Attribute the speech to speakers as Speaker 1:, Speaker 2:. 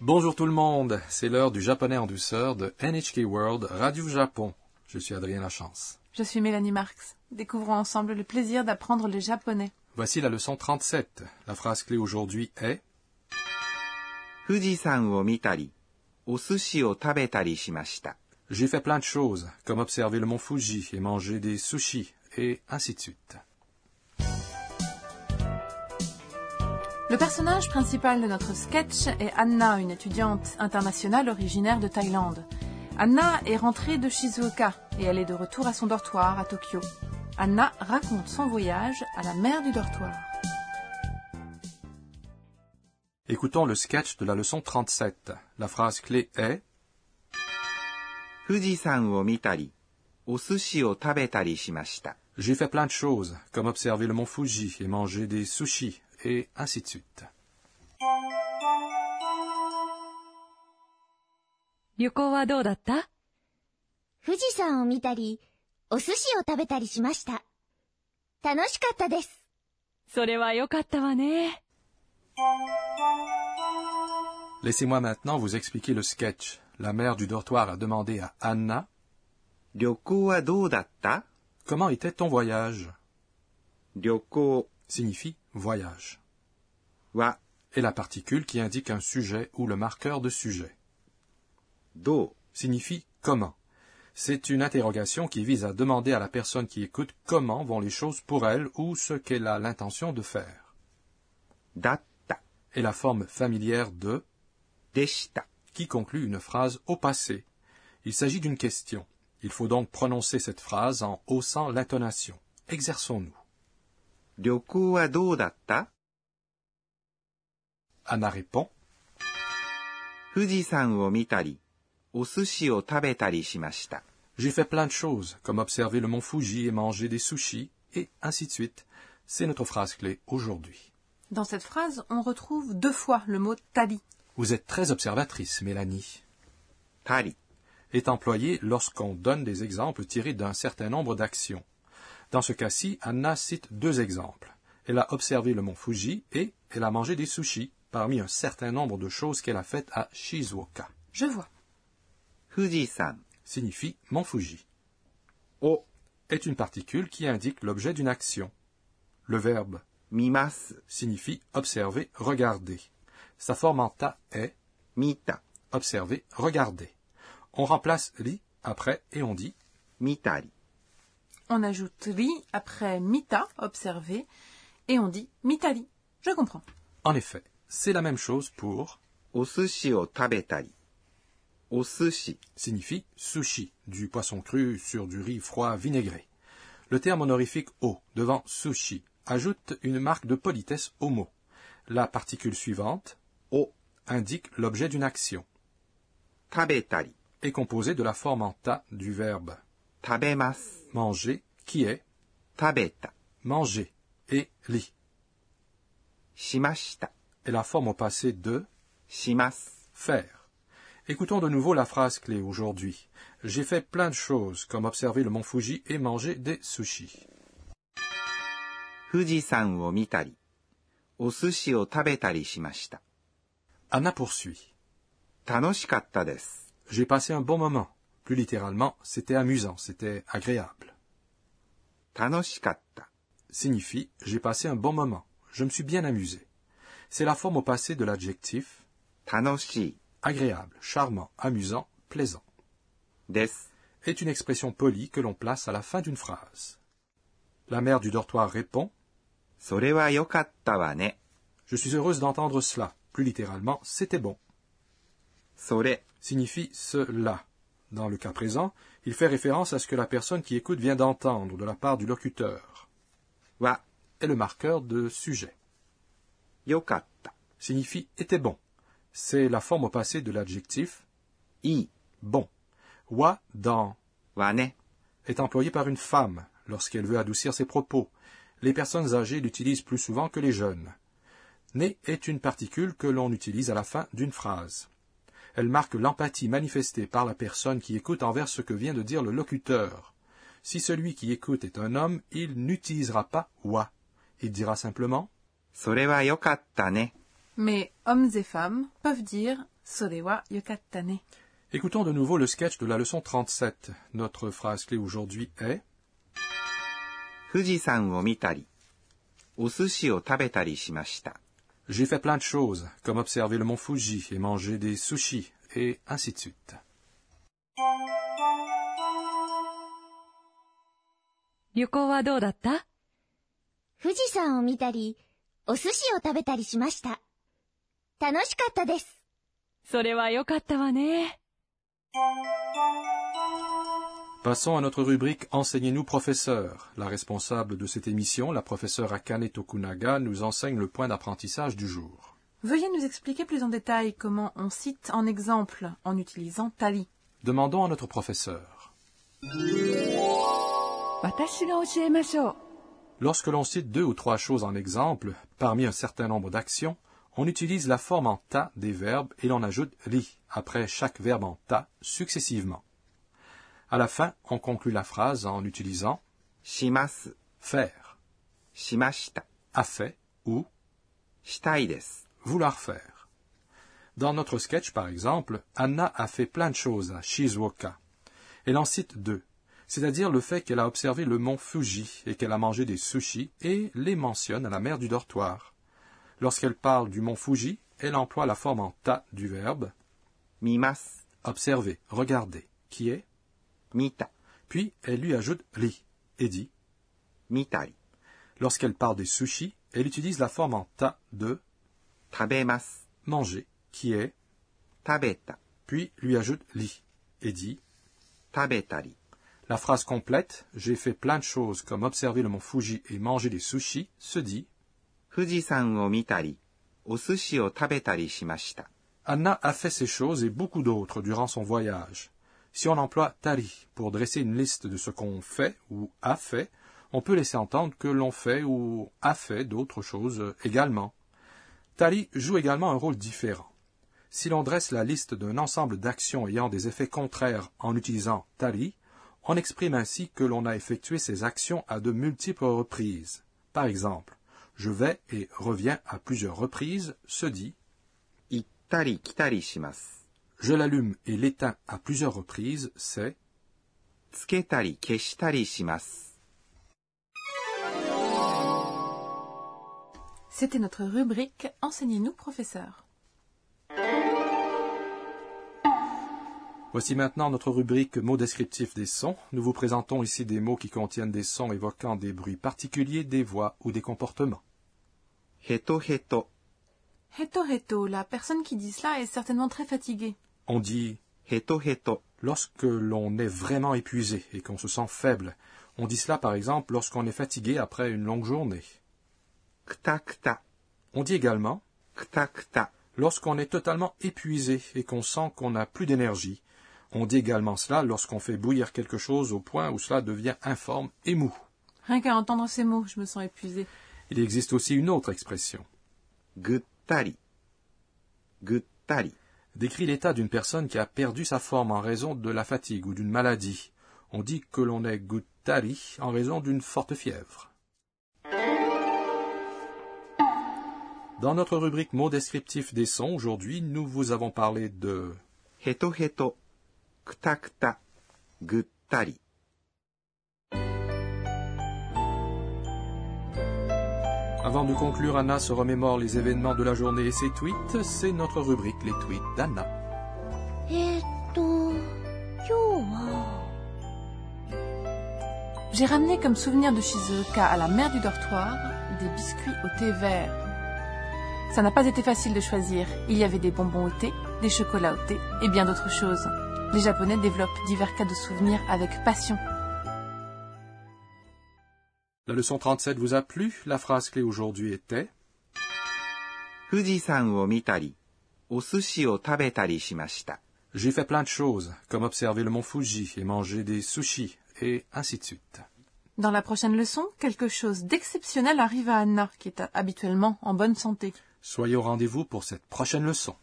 Speaker 1: Bonjour tout le monde, c'est l'heure du japonais en douceur de NHK World Radio Japon. Je suis Adrien Lachance.
Speaker 2: Je suis Mélanie Marx. Découvrons ensemble le plaisir d'apprendre le japonais.
Speaker 1: Voici la leçon 37. La phrase clé aujourd'hui est
Speaker 3: 富士山を見たり、お寿司を食べたりしました。
Speaker 1: J'ai fait plein de choses, comme observer le mont Fuji et manger des sushis, et ainsi de suite.
Speaker 2: Le personnage principal de notre sketch est Anna, une étudiante internationale originaire de Thaïlande. Anna est rentrée de Shizuoka et elle est de retour à son dortoir à Tokyo. Anna raconte son voyage à la mer du dortoir.
Speaker 1: Écoutons le sketch de la leçon 37. La phrase clé est
Speaker 3: 富士山を見たり、お寿司を食べたりしました。
Speaker 1: J'ai fait plein de choses, comme observer le mont Fuji et manger des sushis, et ainsi de suite.
Speaker 4: 旅行はどうだった
Speaker 5: 富士山を見たり、お寿司を食べたりしました。楽しかったです。
Speaker 4: それは良かったわね。
Speaker 1: Laissez-moi maintenant vous expliquer le sketch. La mère du dortoir a demandé à Anna
Speaker 3: 旅行はどうだった
Speaker 1: Comment était ton voyage
Speaker 3: 旅行
Speaker 1: signifie voyage,
Speaker 3: は
Speaker 1: et la particule qui indique un sujet ou le marqueur de sujet
Speaker 3: ど
Speaker 1: signifie comment. C'est une interrogation qui vise à demander à la personne qui écoute comment vont les choses pour elle ou ce qu'elle a l'intention de faire.
Speaker 3: うだった
Speaker 1: Et la forme familière de
Speaker 3: でした。
Speaker 1: qui conclut une phrase au passé. Il s'agit d'une question. Il faut donc prononcer cette phrase en haussant l'intonation. Exerçons-nous.
Speaker 3: 旅行はどうだった
Speaker 1: Anna répond
Speaker 3: 富士山を見たり、お寿司を食べたりしました。
Speaker 1: J'ai fait plein de choses, comme observer le mont Fuji et manger des sushis, et ainsi de suite. C'est notre phrase clé aujourd'hui.
Speaker 2: Dans cette phrase, on retrouve deux fois le mot tali.
Speaker 1: Vous êtes très observatrice, Mélanie.
Speaker 3: たり、
Speaker 1: Est employé lorsqu'on donne des exemples tirés d'un certain nombre d'actions. Dans ce cas-ci, Anna cite deux exemples. Elle a observé le mont Fuji et elle a mangé des sushis, parmi un certain nombre de choses qu'elle a faites à Shizuoka.
Speaker 2: Je vois.
Speaker 3: 富士山
Speaker 1: Signifie mont Fuji.
Speaker 3: を
Speaker 1: Est une particule qui indique l'objet d'une action. Le verbe
Speaker 3: 見ます。
Speaker 1: signifie observer, regarder. Sa forme en ta est
Speaker 3: 見た、
Speaker 1: observer, regarder. On remplace li après et on dit
Speaker 3: 見たり、
Speaker 2: On ajoute ri après mita, observer, et on dit mitali. Je comprends.
Speaker 1: en effet. C'est la même chose pour
Speaker 3: お寿司を食べたり、お寿司
Speaker 1: signifie sushi, du poisson cru sur du riz froid vinaigré. Le terme honorifique o devant sushi ajoute une marque de politesse au mot. La particule suivante
Speaker 3: を
Speaker 1: indique l'objet d'une action,
Speaker 3: 食べたり、
Speaker 1: est composée de la forme en ta du verbe
Speaker 3: 食べます、
Speaker 1: manger qui est
Speaker 3: 食べた、
Speaker 1: manger et li
Speaker 3: しました、
Speaker 1: est la forme au passé de
Speaker 3: します、
Speaker 1: faire. Écoutons de nouveau la phrase clé aujourd'hui. J'ai fait plein de choses, comme observer le mont Fuji et manger des sushis.
Speaker 3: 富士山を見たり、お寿司を食べたりしました。
Speaker 1: Anna poursuit.
Speaker 3: 楽しかったです。
Speaker 1: J'ai passé un bon moment. Plus littéralement, c'était amusant, c'était agréable.
Speaker 3: 楽しかった。
Speaker 1: Signifie j'ai passé un bon moment. Je me suis bien amusé. C'est la forme au passé de l'adjectif
Speaker 3: 楽しい、
Speaker 1: agréable, charmant, amusant, plaisant.
Speaker 3: です。
Speaker 1: Est une expression polie que l'on place à la fin d'une phrase. La mère du dortoir répond
Speaker 3: それは良かったわね。
Speaker 1: Je suis heureuse d'entendre cela. Plus littéralement, c'était bon.
Speaker 3: それ
Speaker 1: Signifie cela. Dans le cas présent, il fait référence à ce que la personne qui écoute vient d'entendre de la part du locuteur.
Speaker 3: は
Speaker 1: Est le marqueur de sujet.
Speaker 3: 良かった。
Speaker 1: Signifie était bon. C'est la forme au passé de l'adjectif
Speaker 3: いい
Speaker 1: bon. Wa dans
Speaker 3: わね。
Speaker 1: est employé par une femme lorsqu'elle veut adoucir ses propos. Les personnes âgées l'utilisent plus souvent que les jeunes. Né est une particule que l'on utilise à la fin d'une phrase. Elle marque l'empathie manifestée par la personne qui écoute envers ce que vient de dire le locuteur. Si celui qui écoute est un homme, il n'utilisera pas wa. Il dira simplement
Speaker 3: それは良かったね。
Speaker 2: Mais hommes et femmes peuvent dire Sodewa yokattane.
Speaker 1: Écoutons de nouveau le sketch de la leçon 37. Notre phrase clé aujourd'hui est
Speaker 3: 富士山を見たり、お寿司を食べたりしました。
Speaker 1: J'ai fait plein de choses, comme observer le mont Fuji et manger des sushis, et ainsi de suite.
Speaker 4: 旅行はどうだった
Speaker 5: 富士山を見たり、お寿司を食べたりしました。楽しかったです。
Speaker 4: それは良かったわね。
Speaker 1: Passons à notre rubrique Enseignez-nous professeur. La responsable de cette émission, la professeure Akane Tokunaga, nous enseigne le point d'apprentissage du jour.
Speaker 2: Veuillez nous expliquer plus en détail comment on cite en exemple en utilisant tali.
Speaker 1: Demandons à notre professeur.
Speaker 4: 私が教えましょう。
Speaker 1: Lorsque l'on cite deux ou trois choses en exemple, parmi un certain nombre d'actions, on utilise la forme en ta des verbes et l'on ajoute ri après chaque verbe en ta successivement. À la fin, on conclut la phrase en utilisant
Speaker 3: します、
Speaker 1: faire,
Speaker 3: しました、
Speaker 1: a fait ou
Speaker 3: したいです。
Speaker 1: vouloir faire. Dans notre sketch, par exemple, Anna a fait plein de choses à Shizuoka. Elle en cite deux, c'est-à-dire le fait qu'elle a observé le mont Fuji et qu'elle a mangé des sushis et les mentionne à la mère du dortoir. Lorsqu'elle parle du mont Fuji, elle emploie la forme en ta du verbe
Speaker 3: 見ます、
Speaker 1: observer, regarder, qui est,
Speaker 3: 見た、
Speaker 1: puis elle lui ajoute ri et dit.
Speaker 3: 見たり、
Speaker 1: Lorsqu'elle parle des sushis, elle utilise la forme en ta de
Speaker 3: 食べます、
Speaker 1: manger, qui est,
Speaker 3: 食べた、
Speaker 1: puis lui ajoute li et dit.
Speaker 3: 食べたり、
Speaker 1: La phrase complète J'ai fait plein de choses comme observer le mont Fuji et manger des sushis se dit
Speaker 3: 富士山を見たり、お寿司を食べたりしました。
Speaker 1: Anna a fait ces choses et beaucoup d'autres durant son voyage. Si on emploie tari pour dresser une liste de ce qu'on fait ou a fait, on peut laisser entendre que l'on fait ou a fait d'autres choses également. Tari joue également un rôle différent. Si l'on dresse la liste d'un ensemble d'actions ayant des effets contraires en utilisant tari, on exprime ainsi que l'on a effectué ces actions à de multiples reprises. Par exemple, je vais et reviens à plusieurs reprises se dit
Speaker 3: 行ったり来たりします。
Speaker 1: je l'allume et l'éteins à plusieurs reprises, c'est
Speaker 3: つけたり消したりします。
Speaker 2: C'était notre rubrique Enseignez-nous professeur.
Speaker 1: Voici maintenant notre rubrique mots descriptifs des sons. Nous vous présentons ici des mots qui contiennent des sons évoquant des bruits particuliers, des voix ou des comportements.
Speaker 3: ヘトヘト、
Speaker 2: Heto Heto, la personne qui dit cela est certainement très fatiguée.
Speaker 1: On dit
Speaker 3: ヘトヘト、
Speaker 1: lorsque l'on est vraiment épuisé et qu'on se sent faible. On dit cela par exemple lorsqu'on est fatigué après une longue journée.
Speaker 3: くたくた、
Speaker 1: On dit également
Speaker 3: くたくた、
Speaker 1: lorsqu'on est totalement épuisé et qu'on sent qu'on n'a plus d'énergie. On dit également cela lorsqu'on fait bouillir quelque chose au point où cela devient informe et mou.
Speaker 2: Rien qu'à entendre ces mots, je me sens épuisée.
Speaker 1: Il existe aussi une autre expression.
Speaker 3: ぐったり、ぐったり、
Speaker 1: Décrit l'état d'une personne qui a perdu sa forme en raison de la fatigue ou d'une maladie. On dit que l'on est guttari en raison d'une forte fièvre. Dans notre rubrique mots descriptifs des sons, aujourd'hui, nous vous avons parlé de
Speaker 3: ヘトヘト、くたくた、ぐったり。
Speaker 1: Avant de conclure, Anna se remémore les événements de la journée et ses tweets. C'est notre rubrique Les tweets d'Anna.
Speaker 5: えーっと、今日は、
Speaker 2: J'ai ramené comme souvenir de Shizuoka à la mer du dortoir des biscuits au thé vert. Ça n'a pas été facile de choisir. Il y avait des bonbons au thé, des chocolats au thé et bien d'autres choses. Les Japonais développent divers cas de souvenirs avec passion.
Speaker 1: La leçon 37 vous a plu La phrase clé aujourd'hui était
Speaker 3: 富士山を見たり、お寿司を食べたりしました。
Speaker 1: J'ai fait plein de choses, comme observer le mont Fuji et manger des sushis, et ainsi de suite.
Speaker 2: Dans la prochaine leçon, quelque chose d'exceptionnel arrive à Anna, qui est habituellement en bonne santé.
Speaker 1: Soyez au rendez-vous pour cette prochaine leçon.